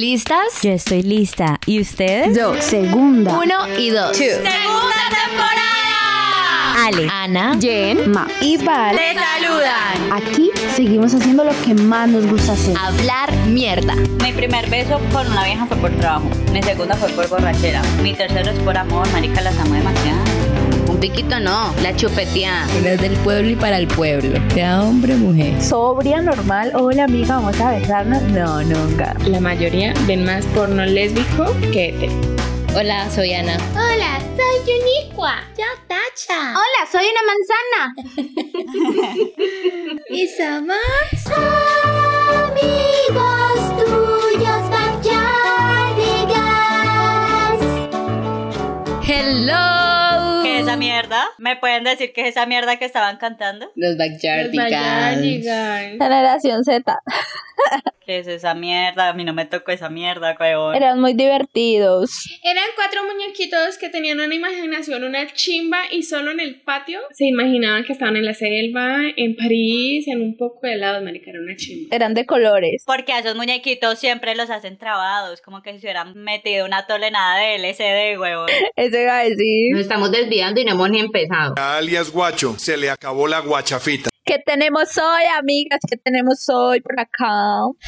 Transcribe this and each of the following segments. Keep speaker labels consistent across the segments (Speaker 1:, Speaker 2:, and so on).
Speaker 1: ¿Listas?
Speaker 2: Yo estoy lista. ¿Y ustedes?
Speaker 3: Yo. Segunda.
Speaker 1: Uno y dos.
Speaker 4: ¡Segunda temporada!
Speaker 2: Ale.
Speaker 1: Ana.
Speaker 3: Jen, Ma
Speaker 4: y Val te saludan.
Speaker 3: Aquí seguimos haciendo lo que más nos gusta hacer.
Speaker 1: Hablar mierda.
Speaker 5: Mi primer beso con una vieja fue por trabajo. Mi segunda fue por borrachera. Mi tercero es por amor. Marica, las amo demasiado.
Speaker 6: Un piquito no, la chupeteada.
Speaker 7: Eres del pueblo y para el pueblo, sea hombre o mujer.
Speaker 8: Sobria, normal, hola amiga, vamos a besarnos. No, nunca.
Speaker 9: La mayoría ven más porno lésbico que hetero.
Speaker 10: Hola, soy Ana.
Speaker 11: Hola, soy Yuniqua.
Speaker 12: Yo Tacha.
Speaker 13: Hola, soy una
Speaker 14: manzana. y somos amigos tuyos, Bachardigas.
Speaker 1: Hello
Speaker 5: esa mierda? ¿Me pueden decir qué es esa mierda que estaban cantando?
Speaker 7: Los Backyardigans.
Speaker 13: Generación Z.
Speaker 5: ¿Qué es esa mierda? A mí no me tocó esa mierda, weón.
Speaker 13: Eran muy divertidos.
Speaker 15: Eran cuatro muñequitos que tenían una imaginación, una chimba, y solo en el patio se imaginaban que estaban en la selva, en París, en un poco de lado, marica, era una chimba.
Speaker 13: Eran de colores.
Speaker 5: Porque a esos muñequitos siempre los hacen trabados, como que si hubieran metido una tolenada de LSD, weón.
Speaker 13: Eso iba a decir.
Speaker 6: Nos estamos desviando y no hemos ni empezado.
Speaker 16: A alias Guacho, se le acabó la guachafita.
Speaker 13: ¿Qué tenemos hoy, amigas? ¿Qué tenemos hoy por acá?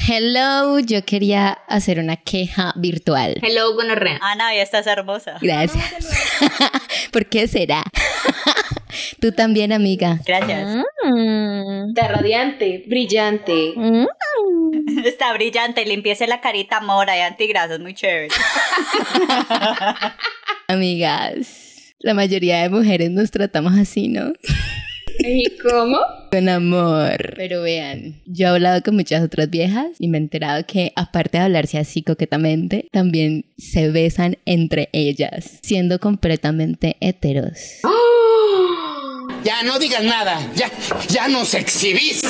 Speaker 2: Hello, yo quería hacer una queja virtual.
Speaker 6: Hello, gonorrea.
Speaker 5: Ana, ya Ah, estás hermosa.
Speaker 2: Gracias. ¿Por qué será? Tú también, amiga.
Speaker 5: Gracias.
Speaker 15: Mm. Está radiante, brillante. Mm.
Speaker 5: Está brillante, limpiese la carita mora y antigrasas, muy chévere.
Speaker 2: Amigas, la mayoría de mujeres nos tratamos así, ¿no?
Speaker 15: ¿Y cómo?
Speaker 2: Con amor. Pero vean, yo he hablado con muchas otras viejas y me he enterado que aparte de hablarse así coquetamente, también se besan entre ellas, siendo completamente heteros.
Speaker 17: ¡Oh! Ya no digas nada, ya, ya nos exhibiste.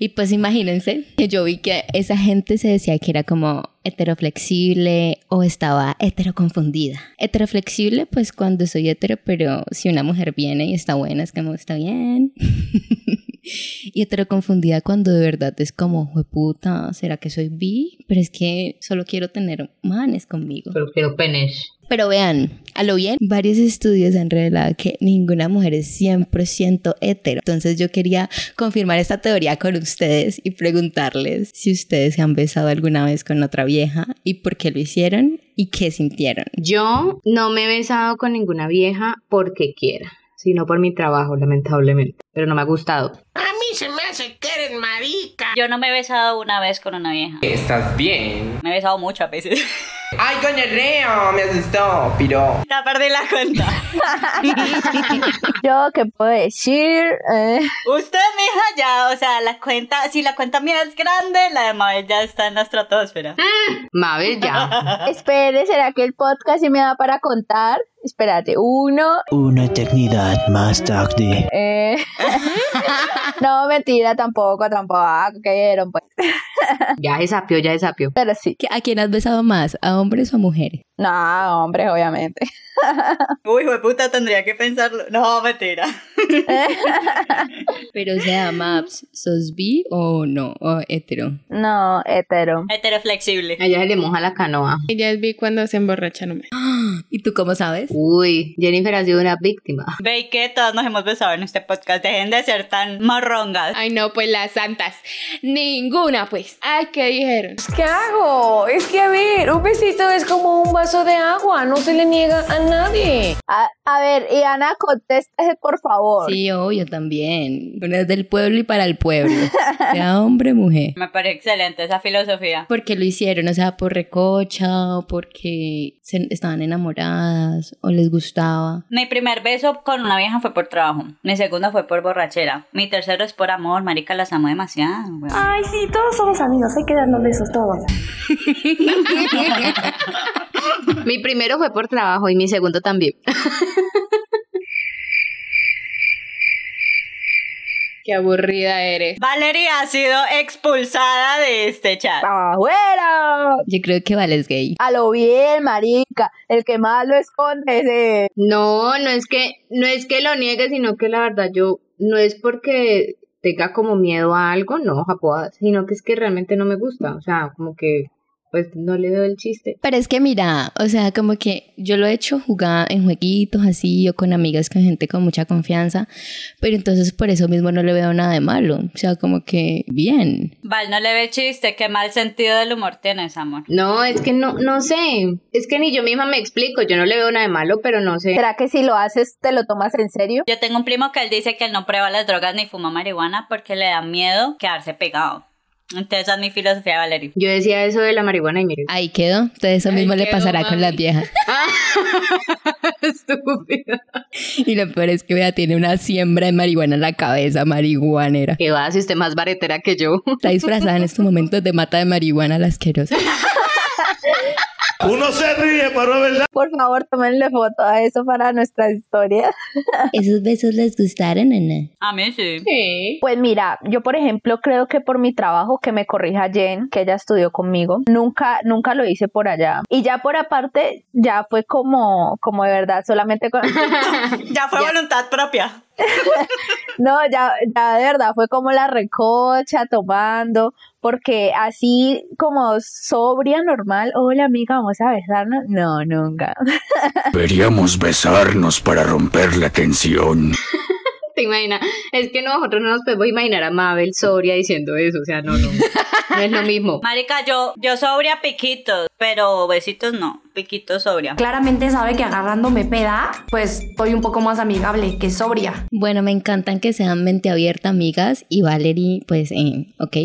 Speaker 2: y pues imagínense que yo vi que esa gente se decía que era como heteroflexible o estaba heteroconfundida. Heteroflexible, pues cuando soy hetero, pero si una mujer viene y está buena, es como está bien. y heteroconfundida cuando de verdad es como, puta, ¿será que soy bi? Pero es que solo quiero tener manes conmigo.
Speaker 6: Pero quiero penes.
Speaker 2: Pero vean, a lo bien, varios estudios han revelado que ninguna mujer es 100% hetero. Entonces yo quería confirmar esta teoría con ustedes y preguntarles si ustedes se han besado alguna vez con otra vieja y por qué lo hicieron y qué sintieron.
Speaker 6: Yo no me he besado con ninguna vieja porque quiera, sino por mi trabajo, lamentablemente. Pero no me ha gustado.
Speaker 18: A mí se me hace que eres marica.
Speaker 5: Yo no me he besado una vez con una vieja.
Speaker 17: ¿Estás bien?
Speaker 5: Me he besado muchas veces.
Speaker 17: ¡Ay, coñerreo! Me asustó, piro.
Speaker 5: Ya perdí la cuenta.
Speaker 13: Yo, ¿qué puedo decir? Eh.
Speaker 5: Usted, mija, ya, o sea, la cuenta, si la cuenta mía es grande, la de Mabel ya está en la estratosfera.
Speaker 6: Mm, Mabel ya.
Speaker 13: Espere, ¿será que el podcast sí me da para contar? Espérate, uno.
Speaker 19: Una eternidad más tarde.
Speaker 13: Eh. no, mentira, tampoco, tampoco. Cayeron, pues.
Speaker 6: ya desapió, ya desapió.
Speaker 13: Pero sí.
Speaker 2: ¿A quién has besado más? ¿A hombres o a mujeres?
Speaker 13: No, a hombres, obviamente.
Speaker 5: Uy, hijo de puta, tendría que pensarlo. No, mentira.
Speaker 2: Pero, o sea, Maps, ¿sos bi o no? ¿O hetero?
Speaker 13: No, hetero.
Speaker 5: Hetero flexible.
Speaker 6: A ella se le moja la canoa.
Speaker 9: Ella es bi cuando se emborracha, no me.
Speaker 2: ¿Y tú cómo sabes?
Speaker 6: Uy, Jennifer ha sido una víctima.
Speaker 5: Ve que todas nos hemos besado en este podcast. Dejen de ser tan morrongas.
Speaker 9: Ay, no, pues las santas. Ninguna, pues. Ay, ¿qué dijeron?
Speaker 20: ¿Qué hago? Es que, a ver, un besito es como un vaso de agua. No se le niega a nadie.
Speaker 13: A, a ver, y Ana, contéstese, por favor.
Speaker 2: Sí, obvio, también. Pero es del pueblo y para el pueblo. sea hombre, mujer.
Speaker 5: Me parece excelente esa filosofía.
Speaker 2: Porque lo hicieron, o sea, por recocha o porque se estaban enamoradas o les gustaba.
Speaker 5: Mi primer beso con una vieja fue por trabajo. Mi segundo fue por borrachera. Mi tercero es por amor. Marica, las amo demasiado.
Speaker 12: Weón. Ay, sí, todos somos amigos. Hay que darnos besos todos.
Speaker 6: mi primero fue por trabajo y mi segundo también.
Speaker 9: Qué aburrida eres.
Speaker 5: Valeria ha sido expulsada de este chat.
Speaker 13: ¡Afuera!
Speaker 2: Yo creo que Val es gay.
Speaker 13: A lo bien, marica. El que más lo esconde es él.
Speaker 6: No, no es que, no es que lo niegue, sino que la verdad yo, no es porque tenga como miedo a algo, no, japoada, sino que es que realmente no me gusta. O sea, como que pues no le veo el chiste.
Speaker 2: Pero es que mira, o sea, como que yo lo he hecho jugar en jueguitos así o con amigas, con gente con mucha confianza, pero entonces por eso mismo no le veo nada de malo, o sea, como que bien.
Speaker 5: Val, no le ve chiste, qué mal sentido del humor tienes, amor.
Speaker 6: No, es que no, no sé, es que ni yo misma me explico, yo no le veo nada de malo, pero no sé.
Speaker 13: ¿Será que si lo haces te lo tomas en serio?
Speaker 5: Yo tengo un primo que él dice que él no prueba las drogas ni fuma marihuana porque le da miedo quedarse pegado. Entonces esa es mi filosofía, Valeria.
Speaker 6: Yo decía eso de la marihuana y miren.
Speaker 2: Ahí quedó. Entonces eso Ahí mismo quedó, le pasará mami. con las viejas.
Speaker 6: Estúpida.
Speaker 2: Y lo peor es que vea, tiene una siembra de marihuana en la cabeza, marihuanera.
Speaker 6: Que va, si usted más baretera que yo.
Speaker 2: Está disfrazada en estos momentos de mata de marihuana la asquerosa.
Speaker 17: Uno se ríe, pero es verdad.
Speaker 13: Por favor, tomenle foto a eso para nuestra historia.
Speaker 2: ¿Esos besos les gustaron, Ana?
Speaker 5: A mí sí.
Speaker 13: sí. Pues mira, yo por ejemplo creo que por mi trabajo, que me corrija Jen, que ella estudió conmigo, nunca, nunca lo hice por allá. Y ya por aparte, ya fue como, como de verdad, solamente con...
Speaker 5: ya fue ya. voluntad propia.
Speaker 13: no, ya, ya de verdad fue como la recocha tomando, porque así como sobria, normal, hola amiga, vamos a besarnos. No, nunca.
Speaker 21: Deberíamos besarnos para romper la tensión.
Speaker 6: Te imaginas, es que nosotros no nos podemos imaginar a Mabel sobria diciendo eso, o sea, no, no, no es lo mismo.
Speaker 5: Marica, yo, yo sobria piquitos, pero besitos no, piquitos sobria.
Speaker 22: Claramente sabe que agarrándome peda, pues soy un poco más amigable que sobria.
Speaker 2: Bueno, me encantan que sean mente abierta, amigas, y Valerie, pues, eh, ok.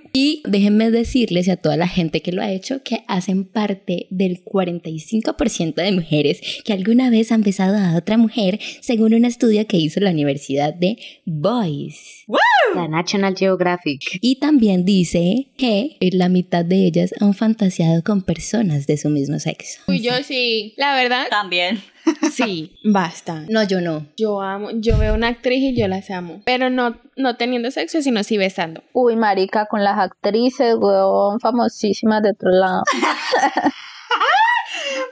Speaker 2: y déjenme decirles a toda la gente que lo ha hecho que hacen parte del 45% de mujeres que alguna vez han besado a otra mujer según un estudio que hizo la Universidad de Boise.
Speaker 6: ¡Woo! La National Geographic.
Speaker 2: Y también dice que la mitad de ellas han fantaseado con personas de su mismo sexo.
Speaker 9: Uy, yo sí, la verdad.
Speaker 5: También.
Speaker 9: Sí, basta.
Speaker 2: No, yo no.
Speaker 9: Yo amo, yo veo una actriz y yo las amo. Pero no, no teniendo sexo, sino sí besando.
Speaker 13: Uy, marica, con las actrices, weón, famosísimas de otro lado.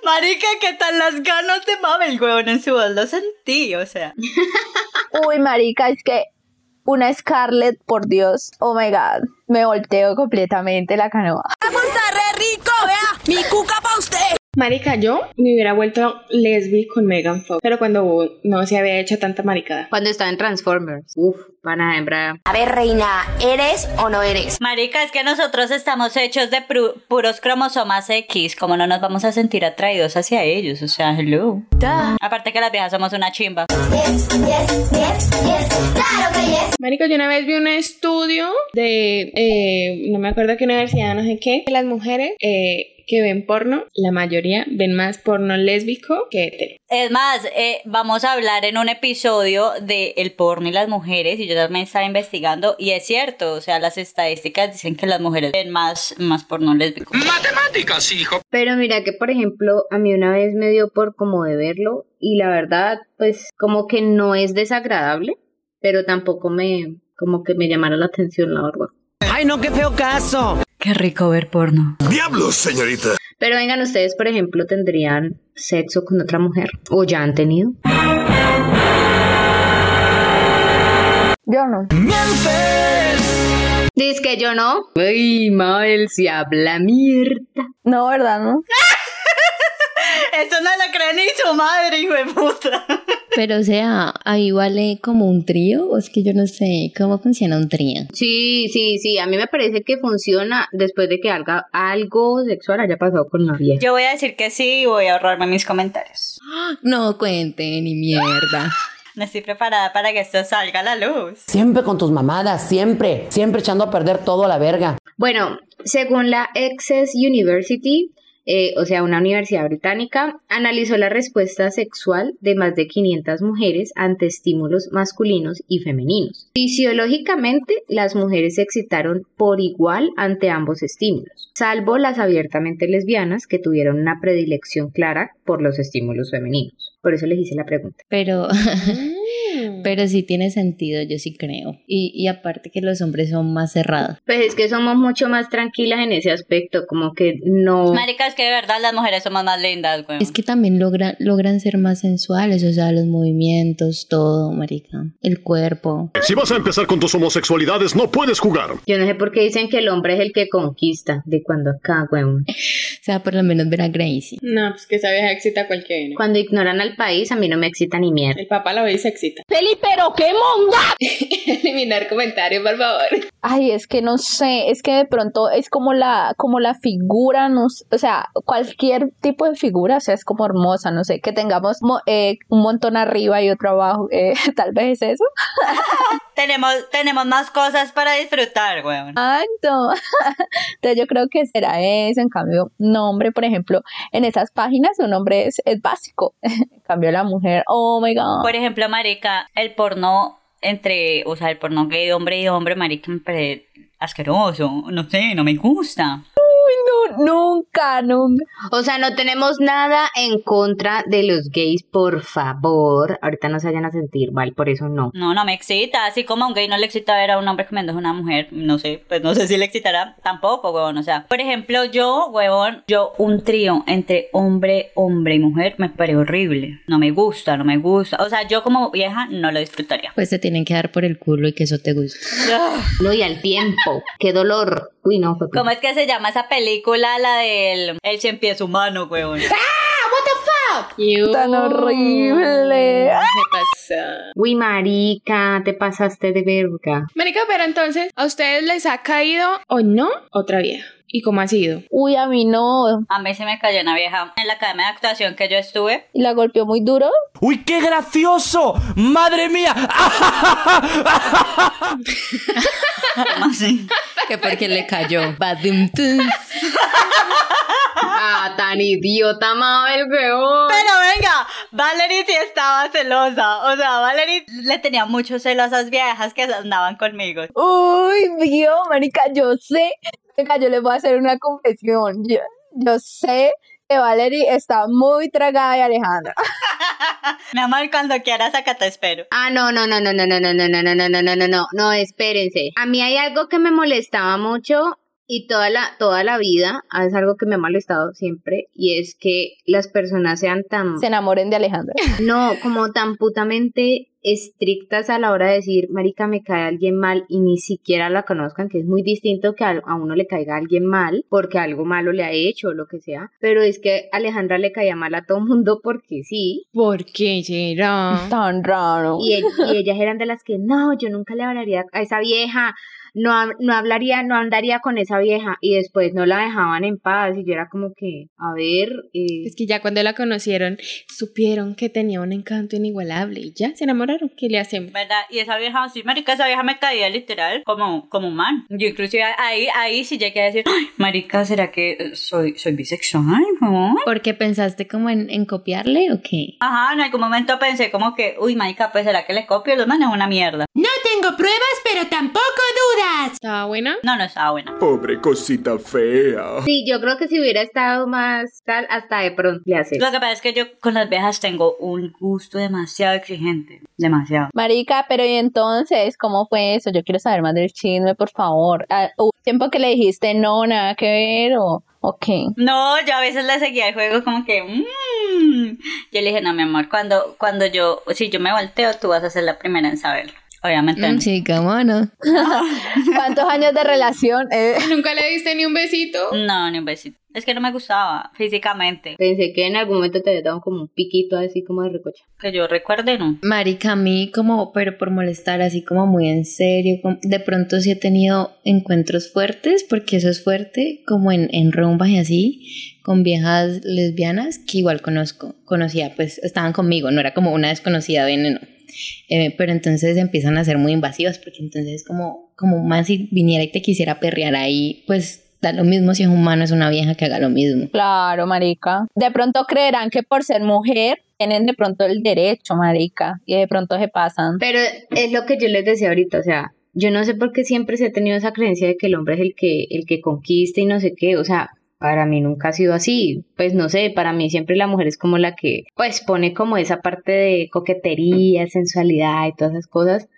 Speaker 5: marica, ¿qué tal las ganas de Mabel, weón? En su voz lo sentí, o sea.
Speaker 13: Uy, marica, es que una Scarlett, por Dios, oh my god, me volteo completamente la canoa.
Speaker 23: ¡Vamos a re rico, vea! ¡Mi cuca pa' usted!
Speaker 15: Marica, yo me hubiera vuelto lesbi con Megan Fox, pero cuando no se había hecho tanta maricada.
Speaker 6: Cuando estaba en Transformers. Uf, van a hembra.
Speaker 23: A ver, reina, ¿eres o no eres?
Speaker 5: Marica, es que nosotros estamos hechos de pu puros cromosomas X, como no nos vamos a sentir atraídos hacia ellos, o sea, hello. Da. Aparte que las viejas somos una chimba. Yes, yes,
Speaker 15: yes, claro que Marica, yo una vez vi un estudio de, eh, no me acuerdo qué universidad, no sé qué, que las mujeres... Eh, que ven porno, la mayoría ven más porno lésbico que hetero.
Speaker 5: Es más, eh, vamos a hablar en un episodio de el porno y las mujeres, y yo también estaba investigando, y es cierto, o sea, las estadísticas dicen que las mujeres ven más, más porno lésbico.
Speaker 18: Matemáticas, hijo.
Speaker 6: Pero mira que, por ejemplo, a mí una vez me dio por como de verlo, y la verdad, pues como que no es desagradable, pero tampoco me, como que me llamara la atención, la verdad.
Speaker 23: Ay, no, qué feo caso.
Speaker 5: Qué rico ver porno.
Speaker 18: ¡Diablos, señorita!
Speaker 6: Pero vengan, ustedes, por ejemplo, ¿tendrían sexo con otra mujer? ¿O ya han tenido?
Speaker 13: Yo no.
Speaker 6: Dice que yo no. Ay, Mabel, si habla mierda.
Speaker 13: No, ¿verdad, no?
Speaker 5: Eso no lo cree ni su madre, hijo de puta.
Speaker 2: Pero o sea, ahí vale como un trío, o es que yo no sé cómo funciona un trío.
Speaker 6: Sí, sí, sí, a mí me parece que funciona después de que algo, algo sexual haya pasado con la vieja.
Speaker 5: Yo voy a decir que sí y voy a ahorrarme mis comentarios.
Speaker 2: No cuente ni mierda.
Speaker 5: No estoy preparada para que esto salga a la luz.
Speaker 23: Siempre con tus mamadas, siempre, siempre echando a perder todo a la verga.
Speaker 6: Bueno, según la Excess University, eh, o sea, una universidad británica, analizó la respuesta sexual de más de 500 mujeres ante estímulos masculinos y femeninos. Fisiológicamente, las mujeres se excitaron por igual ante ambos estímulos, salvo las abiertamente lesbianas que tuvieron una predilección clara por los estímulos femeninos. Por eso les hice la pregunta.
Speaker 15: Hmm.
Speaker 2: Pero Pero sí tiene sentido, yo sí creo. Y, y aparte que los hombres son más cerrados.
Speaker 6: Pues es que somos mucho más tranquilas en ese aspecto, como que no...
Speaker 5: Marica, es que de verdad las mujeres somos más lindas, güey.
Speaker 2: Oh. Es que también logran, logran ser más sensuales, o sea, los movimientos, todo, marica. El cuerpo.
Speaker 3: Si vas a empezar con tus homosexualidades, no puedes jugar.
Speaker 6: Yo no sé por qué dicen que el hombre es el que conquista, de cuando acá, güey.
Speaker 2: o sea, por lo menos ver a Gracie.
Speaker 15: No, pues que esa vieja excita a cualquiera.
Speaker 6: Cuando ignoran al país, a mí no me excita ni mierda.
Speaker 15: El papá la ve y se excita.
Speaker 6: Feli, pero qué monda.
Speaker 15: Eliminar comentarios, por favor.
Speaker 13: Ay, es que no sé, es que de pronto es como la, como la figura, no, o sea, cualquier tipo de figura, o sea, es como hermosa, no sé, que tengamos mo eh, un montón arriba y otro abajo, eh, tal vez es eso.
Speaker 5: tenemos, tenemos más cosas para disfrutar, weón.
Speaker 2: Ah.
Speaker 13: Exacto. Entonces yo creo que será eso, en cambio, nombre, por ejemplo, en esas páginas un hombre es, es básico, en cambio la mujer, oh my god.
Speaker 5: Por ejemplo, marica, el porno entre, o sea, el porno gay de hombre y hombre, marica, me parece asqueroso. No sé, no me gusta.
Speaker 13: Uy, no, nunca, nunca.
Speaker 6: O sea, no tenemos nada en contra de los gays, por favor. Ahorita no se vayan a sentir mal, por eso no.
Speaker 5: No, no me excita. Así como a un gay no le excita ver a un hombre comiendo a una mujer, no sé, pues no sé si le excitará tampoco, huevón. O sea, por ejemplo, yo, huevón, yo un trío entre hombre, hombre y mujer me parece horrible. No me gusta, no me gusta. O sea, yo como vieja no lo disfrutaría.
Speaker 2: Pues te tienen que dar por el culo y que eso te guste.
Speaker 6: no, y al tiempo. Qué dolor. Uy, no. Papi.
Speaker 5: ¿Cómo es que se llama esa película, la del El Cien Pies Humano, huevón?
Speaker 6: ¡Ah!
Speaker 13: ¡What the fuck! You. ¡Tan horrible!
Speaker 15: ¿Qué pasa?
Speaker 6: Uy, marica, te pasaste de verga.
Speaker 15: Marica, pero entonces, ¿a ustedes les ha caído o no otra vieja? ¿Y cómo ha sido?
Speaker 13: Uy, a mí no.
Speaker 5: A mí se me cayó una vieja en la academia de actuación que yo estuve.
Speaker 13: ¿Y la golpeó muy duro?
Speaker 4: ¡Uy, qué gracioso! ¡Madre mía!
Speaker 5: ¿Cómo así?
Speaker 2: que porque le cayó.
Speaker 6: ah, tan idiota, Mabel, weón.
Speaker 5: Pero venga, Valerie sí estaba celosa. O sea, Valerie le tenía mucho celo a esas viejas que andaban conmigo.
Speaker 13: Uy, Dios, marica, yo sé. Venga, yo les voy a hacer una confesión. Yo, yo sé que Valerie está muy tragada de Alejandra.
Speaker 5: Mi amor, cuando quieras acá te espero.
Speaker 6: Ah, no, no, no, no, no, no, no, no, no, no, no, no, no, no, no, no, espérense. A mí hay algo que me molestaba mucho y toda la, toda la vida es algo que me ha molestado siempre y es que las personas sean tan...
Speaker 13: Se enamoren de Alejandra.
Speaker 6: No, como tan putamente estrictas a la hora de decir, marica, me cae alguien mal y ni siquiera la conozcan, que es muy distinto que a uno le caiga alguien mal porque algo malo le ha hecho o lo que sea. Pero es que Alejandra le caía mal a todo el mundo porque sí.
Speaker 15: Porque era
Speaker 13: tan raro.
Speaker 6: Y, e-, y ellas eran de las que, no, yo nunca le hablaría a esa vieja. No, no, hablaría, no andaría con esa vieja y después no la dejaban en paz y yo era como que, a ver... Eh.
Speaker 15: Es que ya cuando la conocieron, supieron que tenía un encanto inigualable y ya se enamoraron, ¿qué le hacemos?
Speaker 5: ¿Verdad? Y esa vieja, sí, marica, esa vieja me caía literal como, como un man. Yo inclusive ahí, ahí sí llegué a decir, Ay, marica, ¿será que soy, soy bisexual? ¿no?
Speaker 2: Porque pensaste como en, en copiarle o qué?
Speaker 5: Ajá, en algún momento pensé como que, uy, marica, pues ¿será que le copio? Los manes una mierda.
Speaker 8: No tengo pruebas, pero tampoco dudas.
Speaker 15: ¿Estaba buena?
Speaker 5: No, no estaba buena.
Speaker 3: Pobre cosita fea.
Speaker 6: Sí, yo creo que si hubiera estado más tal, hasta de pronto le hace.
Speaker 5: Lo que pasa es que yo con las viejas tengo un gusto demasiado exigente. Demasiado.
Speaker 13: Marica, pero ¿y entonces cómo fue eso? Yo quiero saber más del chisme, por favor. Ah, ¿Hubo tiempo que le dijiste no, nada que ver o...? Okay.
Speaker 5: No, yo a veces le seguía el juego como que, mmm. Yo le dije, no, mi amor, cuando, cuando yo, si yo me volteo, tú vas a ser la primera en saberlo. Obviamente.
Speaker 2: Mm, chica, bueno.
Speaker 13: ¿Cuántos años de relación? Eh?
Speaker 15: ¿Nunca le diste ni un besito?
Speaker 5: No, ni un besito. Es que no me gustaba físicamente.
Speaker 6: Pensé que en algún momento te había dado como un piquito así como de recocha.
Speaker 5: Que yo recuerde, ¿no?
Speaker 2: Marica, a mí como, pero por molestar así como muy en serio, como, de pronto sí he tenido encuentros fuertes, porque eso es fuerte, como en, en rumbas y así, con viejas lesbianas que igual conozco, conocía, pues estaban conmigo, no era como una desconocida, bien, no. Eh, pero entonces empiezan a ser muy invasivas, porque entonces como, como más si viniera y te quisiera perrear ahí, pues da lo mismo si es humano, es una vieja que haga lo mismo.
Speaker 13: Claro, marica. De pronto creerán que por ser mujer tienen de pronto el derecho, marica, y de pronto se pasan.
Speaker 6: Pero es lo que yo les decía ahorita, o sea, yo no sé por qué siempre se ha tenido esa creencia de que el hombre es el que, el que conquista y no sé qué, o sea, Para mí nunca ha sido así. Pues no sé, para mí siempre la mujer es como la que, pues pone como esa parte de coquetería, sensualidad y todas esas cosas.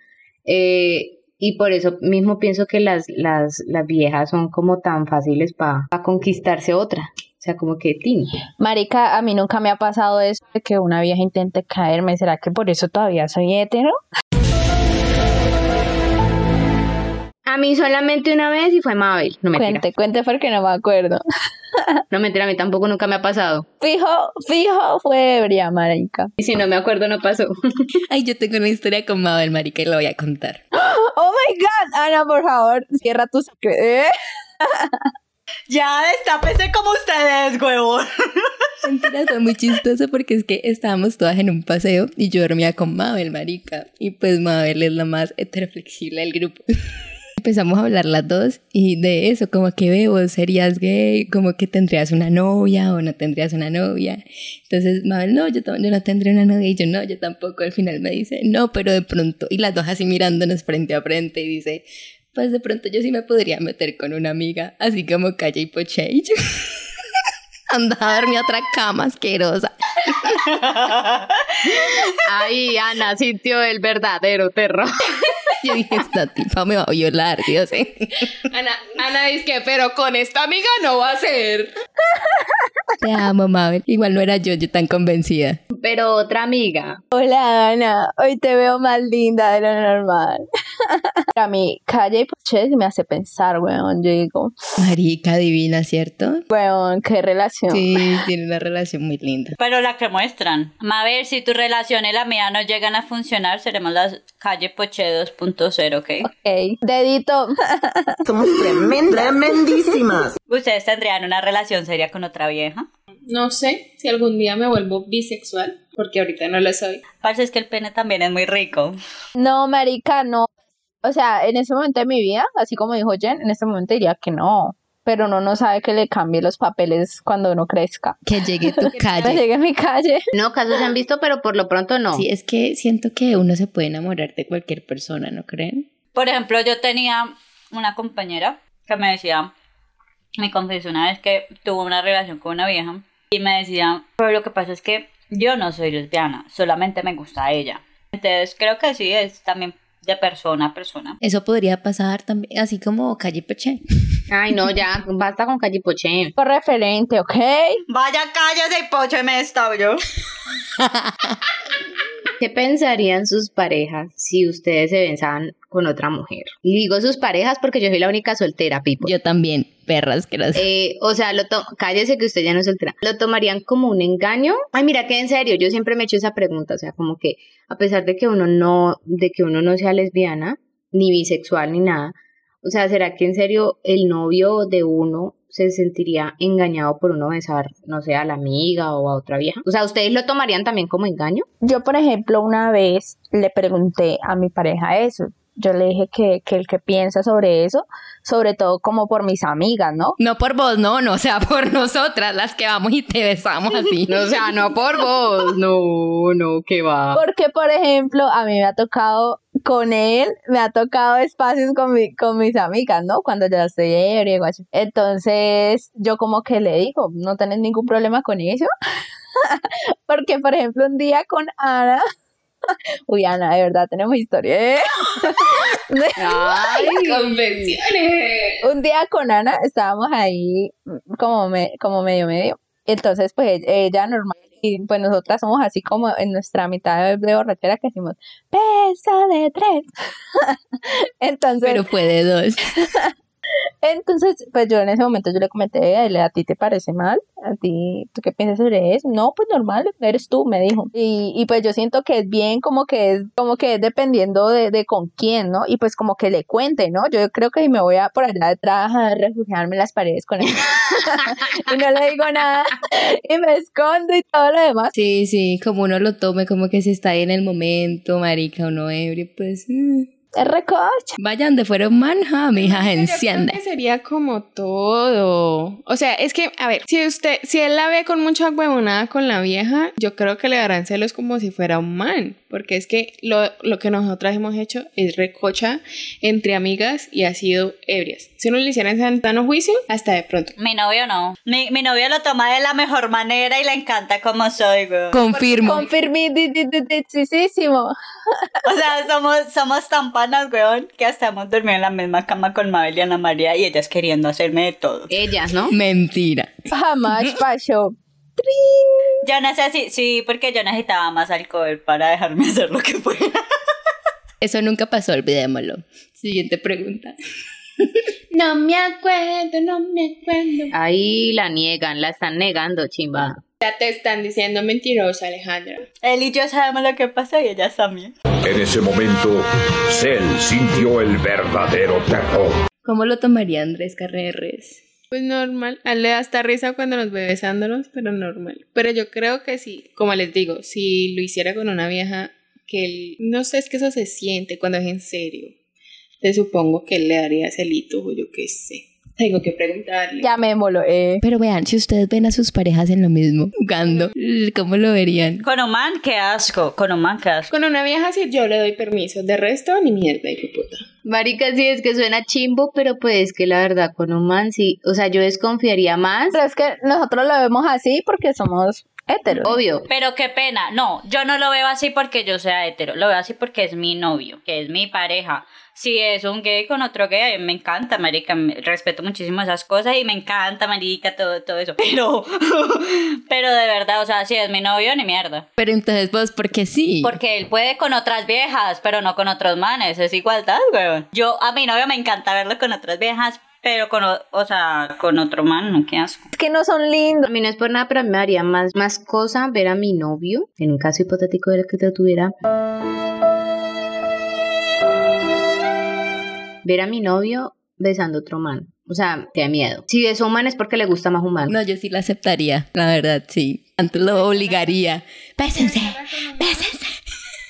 Speaker 6: Eh, y por eso mismo pienso que las, las, las viejas son como tan fáciles para pa conquistarse otra. O sea, como que tin.
Speaker 13: Marica, a mí nunca me ha pasado eso de que una vieja intente caerme. ¿Será que por eso todavía soy hetero?
Speaker 6: A mí solamente una vez y fue Mabel. No me
Speaker 13: Cuente, cuente porque no me acuerdo.
Speaker 6: No mentira, a mí tampoco nunca me ha pasado.
Speaker 13: Fijo, fijo, fue ebria, marica.
Speaker 6: Y si no me acuerdo, no pasó.
Speaker 2: Ay, yo tengo una historia con Mabel, marica, y la voy a contar.
Speaker 13: Oh my god, Ana, por favor, cierra tus. ¿Eh?
Speaker 5: Ya destápese como ustedes, huevón.
Speaker 2: Mentira, fue muy chistoso porque es que estábamos todas en un paseo y yo dormía con Mabel, marica. Y pues Mabel es la más heteroflexible del grupo. Empezamos a hablar las dos y de eso, como que veo, serías gay, como que tendrías una novia o no tendrías una novia. Entonces Mabel, no, yo, tam- yo no tendré una novia y yo no, yo tampoco. Al final me dice, no, pero de pronto, y las dos así mirándonos frente a frente y dice, pues de pronto yo sí me podría meter con una amiga, así como calle y poche. Y yo, Anda a dormir a otra cama asquerosa.
Speaker 6: Ahí Ana sintió el verdadero terror.
Speaker 2: Yo dije, esta tipa me va a violar, Dios. ¿eh?
Speaker 15: Ana, Ana dice que, pero con esta amiga no va a ser.
Speaker 2: Te amo, Mabel. Igual no era yo, yo tan convencida.
Speaker 6: Pero otra amiga.
Speaker 13: Hola Ana, hoy te veo más linda de lo normal. A mí, calle y poche me hace pensar, weón. Yo digo,
Speaker 2: Marica divina, ¿cierto?
Speaker 13: weón, qué relación.
Speaker 2: Sí, tiene una relación muy linda.
Speaker 5: Pero la que muestran. Mabel, si tus relaciones y la mía no llegan a funcionar, seremos las calle Poche 2.0, ¿ok?
Speaker 13: Ok, dedito.
Speaker 10: Somos tremendas. Tremendísimas.
Speaker 5: ¿Ustedes tendrían una relación seria con otra vieja?
Speaker 15: No sé si algún día me vuelvo bisexual, porque ahorita no lo soy.
Speaker 5: Parece es que el pene también es muy rico.
Speaker 13: No, marica, no. O sea, en ese momento de mi vida, así como dijo Jen, en este momento diría que no. Pero uno no sabe que le cambie los papeles cuando uno crezca.
Speaker 2: Que llegue tu
Speaker 13: Me
Speaker 2: calle.
Speaker 13: llegué a mi calle.
Speaker 6: No, casos se han visto, pero por lo pronto no.
Speaker 2: Sí, es que siento que uno se puede enamorar de cualquier persona, ¿no creen?
Speaker 5: Por ejemplo, yo tenía una compañera que me decía, me confesó una vez que tuvo una relación con una vieja y me decía, pero lo que pasa es que yo no soy lesbiana, solamente me gusta ella. Entonces creo que sí, es también de persona a persona.
Speaker 2: Eso podría pasar también, así como calle Peche.
Speaker 6: Ay, no, ya, basta con callipoche.
Speaker 13: Por referente, ¿ok?
Speaker 5: Vaya, cállese y pócheme esta, yo.
Speaker 6: ¿Qué pensarían sus parejas si ustedes se besaban con otra mujer? Y digo sus parejas porque yo soy la única soltera, Pipo.
Speaker 2: Yo también, perras, gracias.
Speaker 6: Eh, o sea, lo to- cállese que usted ya no es soltera. ¿Lo tomarían como un engaño? Ay, mira que en serio, yo siempre me he hecho esa pregunta, o sea, como que a pesar de que uno no, de que uno no sea lesbiana, ni bisexual, ni nada, o sea, ¿será que en serio el novio de uno se sentiría engañado por uno besar, no sé, a la amiga o a otra vieja? O sea, ¿ustedes lo tomarían también como engaño?
Speaker 13: Yo, por ejemplo, una vez le pregunté a mi pareja eso. Yo le dije que, que el que piensa sobre eso, sobre todo como por mis amigas, ¿no?
Speaker 2: No por vos, no, no, o sea, por nosotras las que vamos y te besamos así.
Speaker 6: No, o sea, no por vos, no, no, que va.
Speaker 13: Porque, por ejemplo, a mí me ha tocado con él, me ha tocado espacios con, mi- con mis amigas, ¿no? Cuando ya estoy ebria, y guacho. Entonces, yo como que le digo, no tenés ningún problema con eso. Porque, por ejemplo, un día con Ana. Uy, Ana, de verdad tenemos historia. ¿eh?
Speaker 6: Ay,
Speaker 15: Convenciones.
Speaker 13: un día con Ana estábamos ahí mm, como, me- como medio medio. Entonces, pues ella normal y pues nosotras somos así como en nuestra mitad de, de borrachera que decimos, pesa de tres. entonces,
Speaker 2: Pero fue de dos.
Speaker 13: entonces, pues yo en ese momento yo le comenté, "Ay, Lea, ¿a ti te parece mal? ¿A ti, tú qué piensas sobre eso? No, pues normal, eres tú, me dijo. Y, y pues yo siento que es bien como que es, como que es dependiendo de, de con quién, ¿no? Y pues como que le cuente, ¿no? Yo creo que me voy a por allá detrás a refugiarme en las paredes con él. y no le digo nada. Y me escondo y todo lo demás.
Speaker 2: Sí, sí, como uno lo tome, como que se está ahí en el momento, marica, uno ebrio, pues... mm.
Speaker 13: Es recocha.
Speaker 2: Vaya donde fueron manja, mi hija, enciende.
Speaker 15: Que sería como todo. O sea, es que, a ver, si usted, si él la ve con mucha huevonada con la vieja, yo creo que le darán celos como si fuera un man. Porque es que lo, lo que nosotras hemos hecho es recocha entre amigas y ha sido ebrias. Si no le hicieran santano juicio, hasta de pronto.
Speaker 5: Mi novio no. Mi, mi novio lo toma de la mejor manera y le encanta como soy, güey.
Speaker 2: Confirmo.
Speaker 13: Confirmidísimo.
Speaker 5: O sea, somos, somos tan panas, weón, que hasta hemos dormido en la misma cama con Mabel y Ana María y ellas queriendo hacerme de todo.
Speaker 6: Ellas, ¿no?
Speaker 2: Mentira.
Speaker 13: Jamás pasó.
Speaker 5: Yo no sé si, sí, porque yo necesitaba más alcohol para dejarme hacer lo que fuera.
Speaker 2: Eso nunca pasó, olvidémoslo. Siguiente pregunta.
Speaker 9: No me acuerdo, no me acuerdo.
Speaker 6: Ahí la niegan, la están negando, chimba.
Speaker 15: Ya te están diciendo mentirosa, Alejandra.
Speaker 5: Él y yo sabemos lo que pasó y ellas también.
Speaker 21: En ese momento, Cell sintió el verdadero terror.
Speaker 2: ¿Cómo lo tomaría Andrés Carreres?
Speaker 15: Pues normal, a él le da hasta risa cuando nos ve besándonos, pero normal. Pero yo creo que sí, como les digo, si lo hiciera con una vieja que él, no sé, es que eso se siente cuando es en serio. Te supongo que él le daría celito o yo qué sé. Tengo que preguntarle.
Speaker 13: Llamémoslo, eh.
Speaker 2: Pero vean, si ustedes ven a sus parejas en lo mismo, jugando, ¿cómo lo verían?
Speaker 5: Con un man, qué asco. Con un man, qué asco.
Speaker 15: Con una vieja sí yo le doy permiso. De resto, ni mierda, hijo puta.
Speaker 6: Marica, sí, es que suena chimbo, pero pues que la verdad con un man sí, o sea, yo desconfiaría más.
Speaker 13: Pero es que nosotros lo vemos así porque somos héteros.
Speaker 6: Obvio.
Speaker 5: Pero qué pena, no, yo no lo veo así porque yo sea hetero, lo veo así porque es mi novio, que es mi pareja. Si es un gay con otro gay, me encanta, marica, me- respeto muchísimo esas cosas y me encanta, marica, todo, todo eso. Pero, pero de verdad, o sea, si es mi novio, ni mierda.
Speaker 2: Pero entonces vos, ¿por qué sí?
Speaker 5: Porque él puede con otras viejas, pero no con otros manes. Es igualdad, weón. Yo, a mi novio me encanta verlo con otras viejas, pero con, o, o sea, con otro man, no, qué asco.
Speaker 13: Es que no son lindos.
Speaker 6: A mí no es por nada, pero a mí me haría más, más cosa ver a mi novio, en un caso hipotético de que te tuviera. Ver a mi novio besando a otro man. O sea, te da miedo. Si es un man es porque le gusta más un man.
Speaker 2: No, yo sí la aceptaría, la verdad, sí. Antes lo obligaría. Bésense, bésense.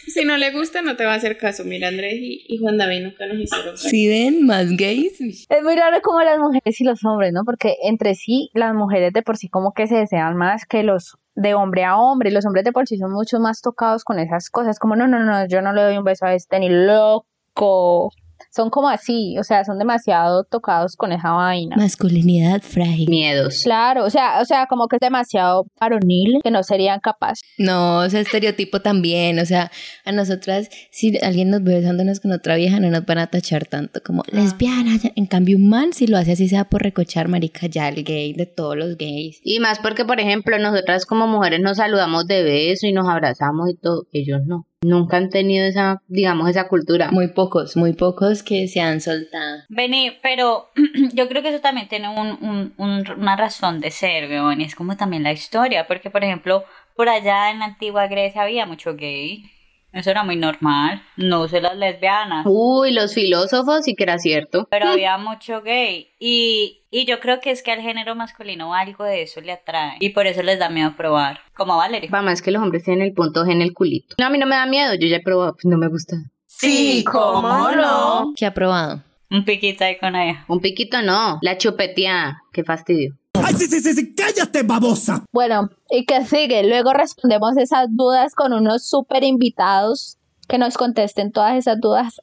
Speaker 15: Si no le gusta, no te va a hacer caso. Mira, Andrés y, y Juan David nunca nos hicieron caso.
Speaker 2: Si ven más gays,
Speaker 13: Es muy raro como las mujeres y los hombres, ¿no? Porque entre sí, las mujeres de por sí como que se desean más que los de hombre a hombre. Los hombres de por sí son mucho más tocados con esas cosas. Como, no, no, no, yo no le doy un beso a este ni loco. Son como así, o sea, son demasiado tocados con esa vaina.
Speaker 2: masculinidad frágil.
Speaker 6: Miedos.
Speaker 13: Claro, o sea, o sea, como que es demasiado varonil que no serían capaces.
Speaker 2: No, ese estereotipo también, o sea, a nosotras, si alguien nos ve besándonos con otra vieja, no nos van a tachar tanto como lesbiana. ya. En cambio, un man, si lo hace así, sea por recochar, marica, ya el gay de todos los gays.
Speaker 6: Y más porque, por ejemplo, nosotras como mujeres nos saludamos de beso y nos abrazamos y todo. Ellos no. Nunca han tenido esa, digamos, esa cultura.
Speaker 2: Muy pocos, muy pocos que se han soltado.
Speaker 5: Vení, pero yo creo que eso también tiene un, un- un- una razón de ser, weón. Y es como también la historia, porque, por ejemplo, por allá en la antigua Grecia había mucho gay. Eso era muy normal. No sé las lesbianas.
Speaker 6: Uy, los filósofos sí que era cierto.
Speaker 5: Pero había mucho gay. Y, y yo creo que es que al género masculino algo de eso le atrae. Y por eso les da miedo probar. Como a Valerie.
Speaker 6: Va más que los hombres tienen el punto G en el culito. No, a mí no me da miedo, yo ya he probado, pues no me gusta.
Speaker 5: Sí, cómo no.
Speaker 2: ¿Qué ha probado?
Speaker 5: Un piquito ahí con ella.
Speaker 6: Un piquito no, la chupeteada, qué fastidio.
Speaker 10: ¡Ay, sí, sí, sí, sí! ¡Cállate, babosa!
Speaker 13: Bueno, ¿y qué sigue? Luego respondemos esas dudas con unos super invitados que nos contesten todas esas dudas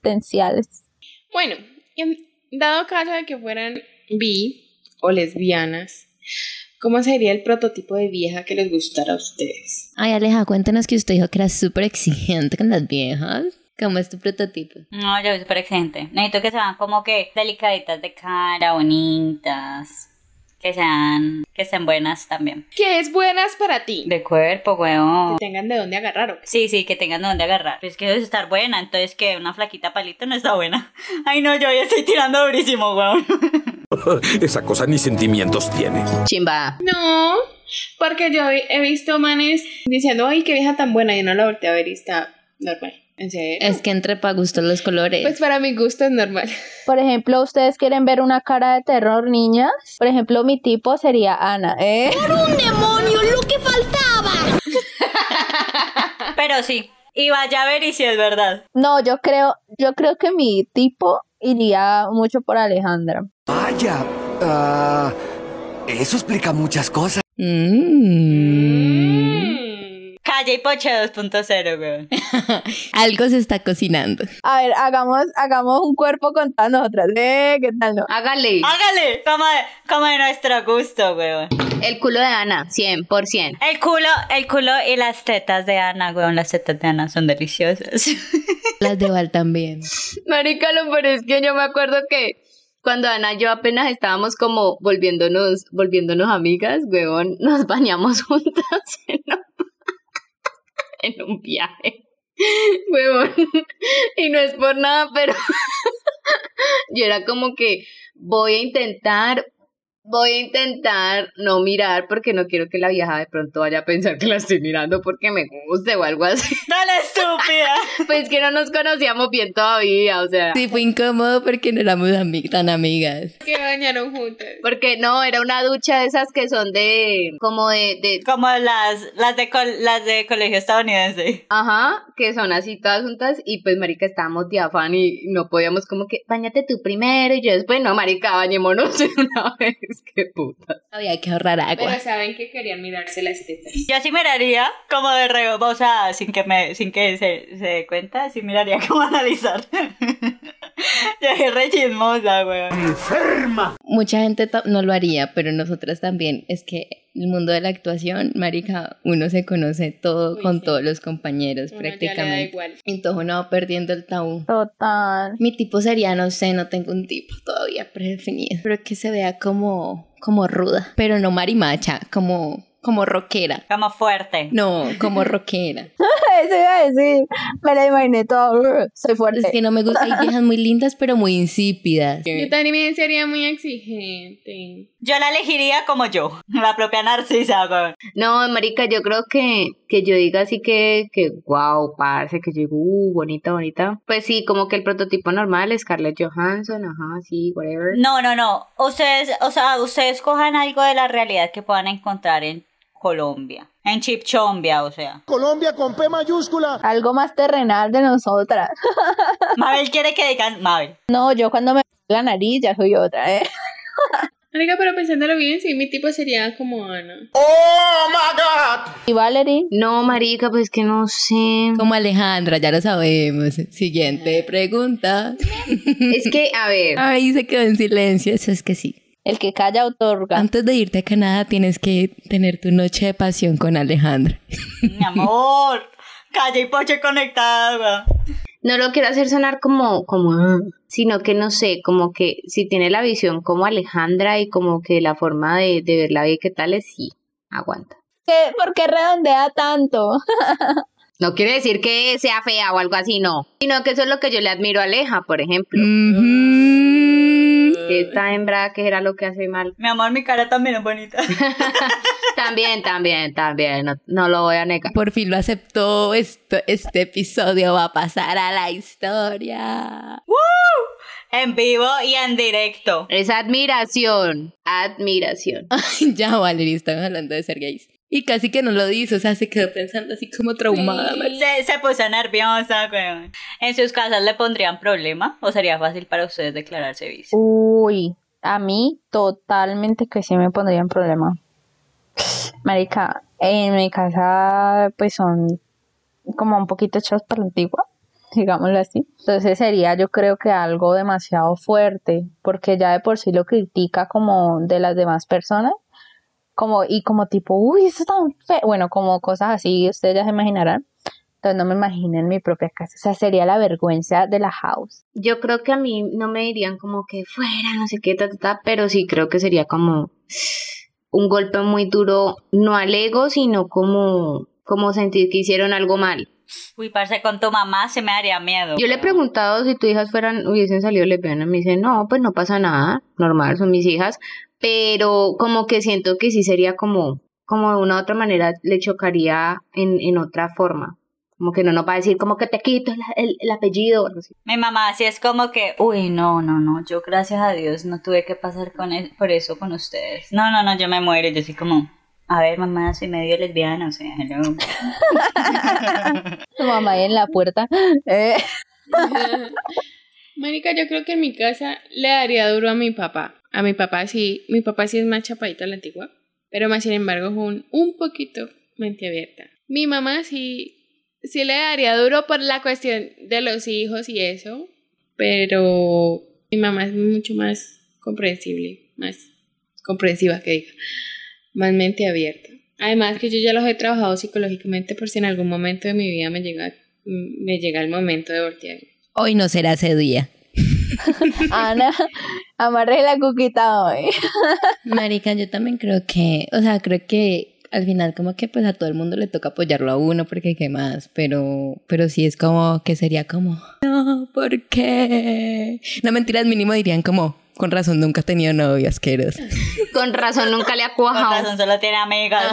Speaker 13: existenciales.
Speaker 15: Bueno, en- dado caso de que fueran bi o lesbianas, ¿cómo sería el prototipo de vieja que les gustara a ustedes?
Speaker 2: Ay, Aleja, cuéntanos que usted dijo que era súper exigente con las viejas. ¿Cómo es tu prototipo?
Speaker 5: No, yo soy súper exigente. Necesito que sean como que delicaditas de cara, bonitas. Que sean, que sean buenas también.
Speaker 15: ¿Qué es buenas para ti?
Speaker 5: De cuerpo, weón.
Speaker 15: Que tengan de dónde agarrar o qué.
Speaker 5: Sí, sí, que tengan donde agarrar. Pues que debes estar buena, entonces que una flaquita palito no está buena. Ay, no, yo ya estoy tirando durísimo, weón.
Speaker 21: Esa cosa ni sentimientos tiene.
Speaker 6: Chimba.
Speaker 15: No, porque yo he he visto manes diciendo, ay, qué vieja tan buena, y no la volteé a ver y está normal. ¿En serio?
Speaker 2: Es que entre para gustos los colores.
Speaker 15: Pues para mi gusto es normal.
Speaker 13: Por ejemplo, ¿ustedes quieren ver una cara de terror, niñas? Por ejemplo, mi tipo sería Ana, ¿eh?
Speaker 5: Pero sí. y vaya a ver y si es verdad.
Speaker 13: No, yo creo, yo creo que mi tipo iría mucho por Alejandra.
Speaker 1: Vaya, ah, eso explica muchas cosas.
Speaker 5: Mm. Calle y Poche 2.0, weón.
Speaker 2: Algo se está cocinando.
Speaker 13: A ver, hagamos, hagamos un cuerpo con todas nosotras. ¿Eh? ¿Qué tal no?
Speaker 6: Hágale.
Speaker 5: Hágale, como de, como de nuestro gusto, weón.
Speaker 6: El culo de Ana, 100%.
Speaker 5: El culo, el culo y las tetas de Ana, weón. Las tetas de Ana son deliciosas.
Speaker 2: Las de Val también.
Speaker 6: Marica, lo peor es que yo me acuerdo que cuando Ana y yo apenas estábamos como volviéndonos, volviéndonos amigas, huevón, nos bañamos juntas en un, en un viaje. Huevón. Y no es por nada, pero yo era como que voy a intentar voy a intentar no mirar porque no quiero que la vieja de pronto vaya a pensar que la estoy mirando porque me guste o algo así.
Speaker 5: ¡Dale, estúpida!
Speaker 6: pues que no nos conocíamos bien todavía, o sea.
Speaker 2: Sí, fue incómodo porque no éramos ami tan amigas.
Speaker 15: Que bañaron juntas.
Speaker 6: Porque no, era una ducha de esas que son de. como de. de...
Speaker 5: Como las, las, de col las de colegio estadounidense.
Speaker 6: Ajá, que son así todas juntas y pues, Marica, estábamos diafán y no podíamos como que bañate tú primero y yo después, no, Marica, bañémonos una vez qué puta.
Speaker 2: Había que ahorrar agua.
Speaker 15: Pero saben que querían mirarse las tetas.
Speaker 5: Yo sí miraría como de rebosa, o sea, sin que me, sin que se, se dé cuenta, sí miraría como analizar. Yo es re chismosa, weón.
Speaker 1: ¡Enferma!
Speaker 2: Mucha gente no lo haría, pero nosotras también. Es que el mundo de la actuación, marica, uno se conoce todo Uy, con sí. todos los compañeros
Speaker 15: Uno ya le da
Speaker 2: prácticamente.
Speaker 15: igual.
Speaker 2: Entonces uno va perdiendo el tabú.
Speaker 13: Total.
Speaker 2: Mi tipo sería, no sé, no tengo un tipo todavía predefinido, pero que se vea como, como ruda, pero no marimacha, como, como rockera.
Speaker 5: Como fuerte.
Speaker 2: No, como rockera.
Speaker 13: Eso iba a decir. Me la imaginé todo. Soy fuerte.
Speaker 2: Es que no me gusta. Hay viejas muy lindas, pero muy insípidas.
Speaker 15: Yo también sería muy exigente.
Speaker 5: Yo la elegiría como yo, la propia narcisa. güey.
Speaker 6: No, marica, yo creo que, que yo diga así que, que wow, parce, que yo digo, uh, bonita, bonita. Pues sí, como que el prototipo normal es Scarlett Johansson, ajá, sí, whatever.
Speaker 5: No, no, no. Ustedes, o sea, ustedes cojan algo de la realidad que puedan encontrar en Colombia. En Chipchombia, o sea.
Speaker 1: Colombia con P mayúscula.
Speaker 13: Algo más terrenal de nosotras.
Speaker 5: Mabel quiere que digan Mabel.
Speaker 13: No, yo cuando me la nariz ya soy otra, ¿eh?
Speaker 15: Marica, pero pensándolo bien, sí, mi tipo sería como Ana.
Speaker 1: ¡Oh, my God!
Speaker 13: ¿Y Valerie?
Speaker 6: No, marica, pues que no sé.
Speaker 2: Como Alejandra, ya lo sabemos. Siguiente
Speaker 15: Ah.
Speaker 2: pregunta.
Speaker 6: Es que, a ver.
Speaker 2: Ahí se quedó en silencio, eso es que sí.
Speaker 13: El que calla otorga.
Speaker 2: Antes de irte a Canadá tienes que tener tu noche de pasión con Alejandra.
Speaker 5: Mi amor, calla y poche conectada.
Speaker 6: No lo quiero hacer sonar como, como, "Ah", sino que no sé, como que si tiene la visión como Alejandra y como que la forma de, de verla bien que tal es, sí, aguanta.
Speaker 13: ¿Qué- ¿Por qué redondea tanto?
Speaker 6: No quiere decir que sea fea o algo así, no. Sino que eso es lo que yo le admiro a Aleja, por ejemplo. Que esta hembra que era lo que hace mal.
Speaker 5: Mi amor, mi cara también es bonita.
Speaker 6: También, también, también, no, no lo voy a negar.
Speaker 2: Por fin lo aceptó. Esto, este episodio va a pasar a la historia.
Speaker 5: en vivo y en directo.
Speaker 6: Es admiración, admiración.
Speaker 2: Ay, ya, Valerie, estamos hablando de ser gays. Y casi que no lo dice, o sea, se quedó pensando así como traumada. Mari.
Speaker 5: Se, se puso nerviosa, weón. ¿En sus casas le pondrían problema o sería fácil para ustedes declararse bis?
Speaker 13: Uy, a mí totalmente que sí me pondría en problema. Marica, en mi casa pues son como un poquito echados para la antigua, digámoslo así. Entonces sería yo creo que algo demasiado fuerte, porque ya de por sí lo critica como de las demás personas. Como, y como tipo, uy, eso es tan feo. Bueno, como cosas así, ustedes ya se imaginarán. Entonces no me imagino en mi propia casa. O sea, sería la vergüenza de la house.
Speaker 6: Yo creo que a mí no me dirían como que fuera, no sé qué, ta, ta, ta, pero sí creo que sería como un golpe muy duro, no al ego, sino como, como sentir que hicieron algo mal.
Speaker 5: Uy, parce, con tu mamá se me daría miedo.
Speaker 6: Yo le he preguntado si tus hijas fueran, hubiesen salido lesbianas, me dice, no, pues no pasa nada, normal, son mis hijas, pero como que siento que sí sería como, como de una u otra manera le chocaría en, en otra forma. Como que no nos va a decir como que te quito el, el- el apellido o algo así.
Speaker 5: Mi mamá así es como que, uy, no, no, no, yo gracias a Dios no tuve que pasar con e- por eso con ustedes. No, no, no, yo me muero, yo soy como, A ver, mamá, soy medio lesbiana, o sea, hello.
Speaker 13: Tu mamá ahí en la puerta. Eh.
Speaker 15: Marica, yo creo que en mi casa le daría duro a mi papá. A mi papá sí, mi papá sí es más chapadito a la antigua, pero más sin embargo es un, un poquito mente abierta. Mi mamá sí, sí le daría duro por la cuestión de los hijos y eso, pero mi mamá es mucho más comprensible, más comprensiva que diga, más mente abierta. Además que yo ya los he trabajado psicológicamente por si en algún momento de mi vida me llega, me llega el momento de voltear.
Speaker 2: Hoy no será ese día.
Speaker 13: Ana, amarré la cuquita hoy.
Speaker 2: Marica, yo también creo que, o sea, creo que al final como que pues a todo el mundo le toca apoyarlo a uno porque qué más, pero pero sí es como que sería como, no, ¿por qué? No mentiras, mínimo dirían como, con razón nunca he tenido novio asqueroso.
Speaker 6: Con razón nunca le ha
Speaker 5: Por
Speaker 6: cuajado.
Speaker 5: razón solo tiene amigas.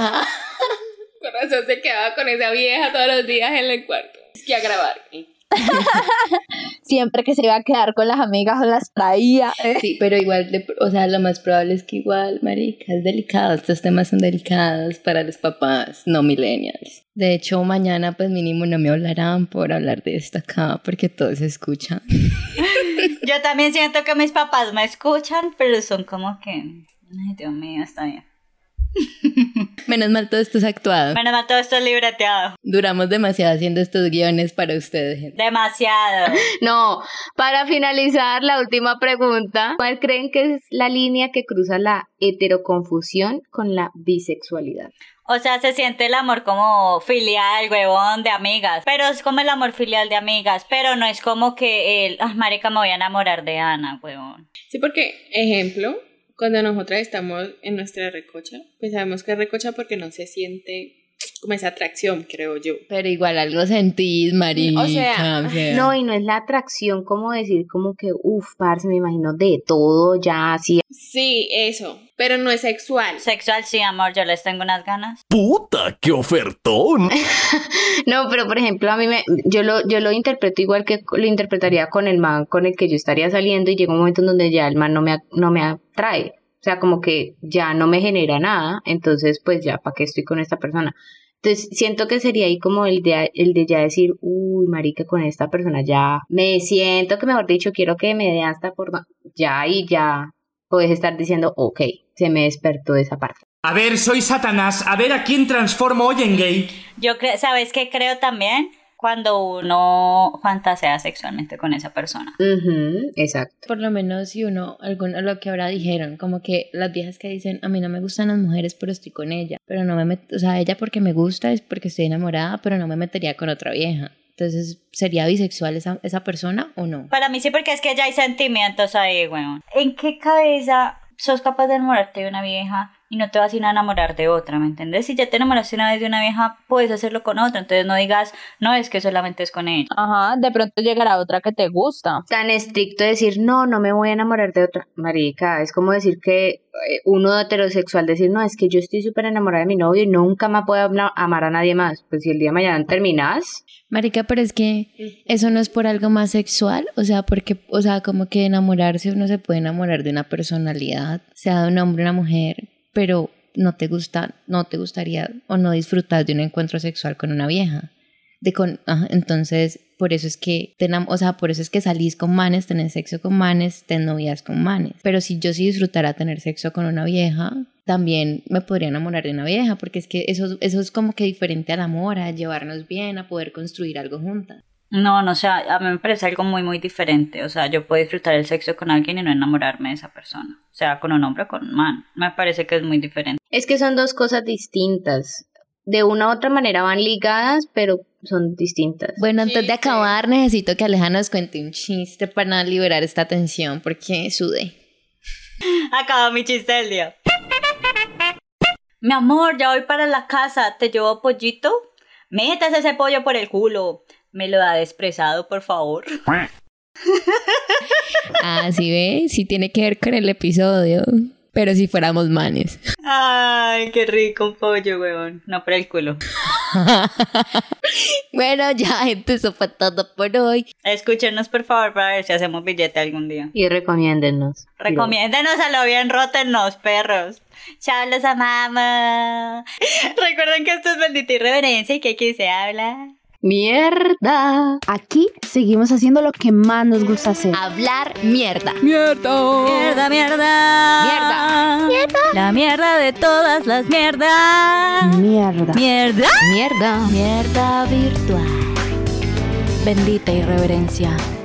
Speaker 15: Corazón se quedaba con esa vieja todos los días en el cuarto. Es que a grabar. ¿eh?
Speaker 13: Siempre que se iba a quedar con las amigas, las traía. eh.
Speaker 2: Sí, pero igual, de- o sea, lo más probable es que igual, marica, es delicado. Estos temas son delicados para los papás, no millennials. De hecho, mañana, pues mínimo, no me hablarán por hablar de esto acá, porque todo se escucha.
Speaker 5: Yo también siento que mis papás me escuchan, pero son como que. Ay, Dios mío, está bien.
Speaker 2: Menos mal todo esto es actuado.
Speaker 5: Menos mal todo esto es libreteado.
Speaker 2: Duramos demasiado haciendo estos guiones para ustedes, gente.
Speaker 5: Demasiado.
Speaker 6: No, para finalizar la última pregunta, ¿cuál creen que es la línea que cruza la heteroconfusión con la bisexualidad?
Speaker 5: O sea, se siente el amor como filial, huevón, de amigas. Pero es como el amor filial de amigas. Pero no es como que el. Ay, marica, me voy a enamorar de Ana, huevón.
Speaker 15: Sí, porque, ejemplo, cuando nosotras estamos en nuestra recocha, pues sabemos que es recocha porque no se siente como esa atracción, creo yo.
Speaker 2: Pero igual algo sentís, marica.
Speaker 15: O sea,
Speaker 2: o sea.
Speaker 6: No, y no es la atracción como decir como que, uff, parce, me imagino de todo, ya así.
Speaker 15: Sí, eso, pero no es sexual.
Speaker 5: Sexual, sí, amor, yo les tengo unas ganas.
Speaker 1: ¡Puta, qué ofertón!
Speaker 6: No, pero por ejemplo, a mí me, yo lo, yo lo interpreto igual que lo interpretaría con el man con el que yo estaría saliendo y llega un momento en donde ya el man no me, a- no me atrae. O sea, como que ya no me genera nada, entonces pues ya, ¿para qué estoy con esta persona? Entonces siento que sería ahí como el de, el de ya decir, uy, marica, con esta persona ya me siento que mejor dicho, quiero que me dé hasta por... do- Ya y ya puedes estar diciendo, ok, se me despertó esa parte.
Speaker 4: A ver, soy Satanás. A ver a quién transformo hoy en gay.
Speaker 5: Yo creo, ¿sabes qué creo también? Cuando uno fantasea sexualmente con esa persona.
Speaker 6: Ujú, exacto.
Speaker 2: por lo menos si uno, alguno, lo que ahora dijeron, como que las viejas que dicen, a mí no me gustan las mujeres, pero estoy con ella, pero no me met- o sea, ella porque me gusta es porque estoy enamorada, pero no me metería con otra vieja. Entonces, ¿sería bisexual esa, esa persona o no?
Speaker 5: Para mí sí, porque es que ya hay sentimientos ahí, weón. ¿En qué cabeza sos capaz de enamorarte de una vieja y no te vas a ir a enamorar de otra, ¿me entiendes? Si ya te enamoraste una vez de una vieja, puedes hacerlo con otra, entonces no digas, no es que solamente es con ella.
Speaker 13: Ajá, de pronto llegará otra que te gusta.
Speaker 6: tan estricto decir, no, no me voy a enamorar de otra. Marica, es como decir que eh, uno heterosexual decir, no, es que yo estoy súper enamorada de mi novio y nunca más puedo amna- amar a nadie más. Pues si el día de mañana terminas,
Speaker 2: Marica, pero es que eso no es por algo más sexual, o sea, porque, o sea, como que enamorarse uno se puede enamorar de una personalidad, sea de un hombre o una mujer, pero no te gusta, no te gustaría o no disfrutas de un encuentro sexual con una vieja. De con, ajá, entonces, por eso es que te enam- o sea, por eso es que salís con manes, tenés sexo con manes, te novias con manes. Pero si yo sí disfrutara tener sexo con una vieja, también me podría enamorar de una vieja, porque es que eso, eso es como que diferente al amor, a llevarnos bien, a poder construir algo juntas.
Speaker 5: No, no, o sea, a mí me parece algo muy, muy diferente. O sea, yo puedo disfrutar el sexo con alguien y no enamorarme de esa persona. O sea, con un hombre o con un man. Me parece que es muy diferente.
Speaker 6: es que son dos cosas distintas. De una u otra manera van ligadas, pero son distintas.
Speaker 2: Bueno, antes de acabar, necesito que Aleja nos cuente un chiste para liberar esta tensión, porque sudé.
Speaker 5: Acaba mi chiste del día. Mi amor, ya voy para la casa. ¿Te llevo pollito? Métase ese pollo por el culo. Me lo da desprezado, por favor.
Speaker 2: Ah, sí ve, sí tiene que ver con el episodio, pero si fuéramos manes.
Speaker 5: Ay, qué rico un pollo, weón. No por el culo.
Speaker 2: Bueno, ya, gente, eso fue todo por hoy.
Speaker 5: Escúchenos, por favor, para ver si hacemos billete algún día.
Speaker 6: Y recomiéndennos.
Speaker 5: Recomiéndenos a lo bien, rótenos, perros. Chao, los amamos. Recuerden que esto es Bendita Irreverencia y que aquí se habla.
Speaker 6: Mierda.
Speaker 7: Aquí seguimos haciendo lo que más nos gusta hacer.
Speaker 2: Hablar mierda.
Speaker 7: Mierda.
Speaker 5: Mierda, mierda.
Speaker 7: Mierda.
Speaker 5: Mierda. La mierda de todas las mierdas.
Speaker 7: Mierda.
Speaker 5: Mierda.
Speaker 7: Mierda.
Speaker 2: Mierda virtual.
Speaker 7: Bendita irreverencia.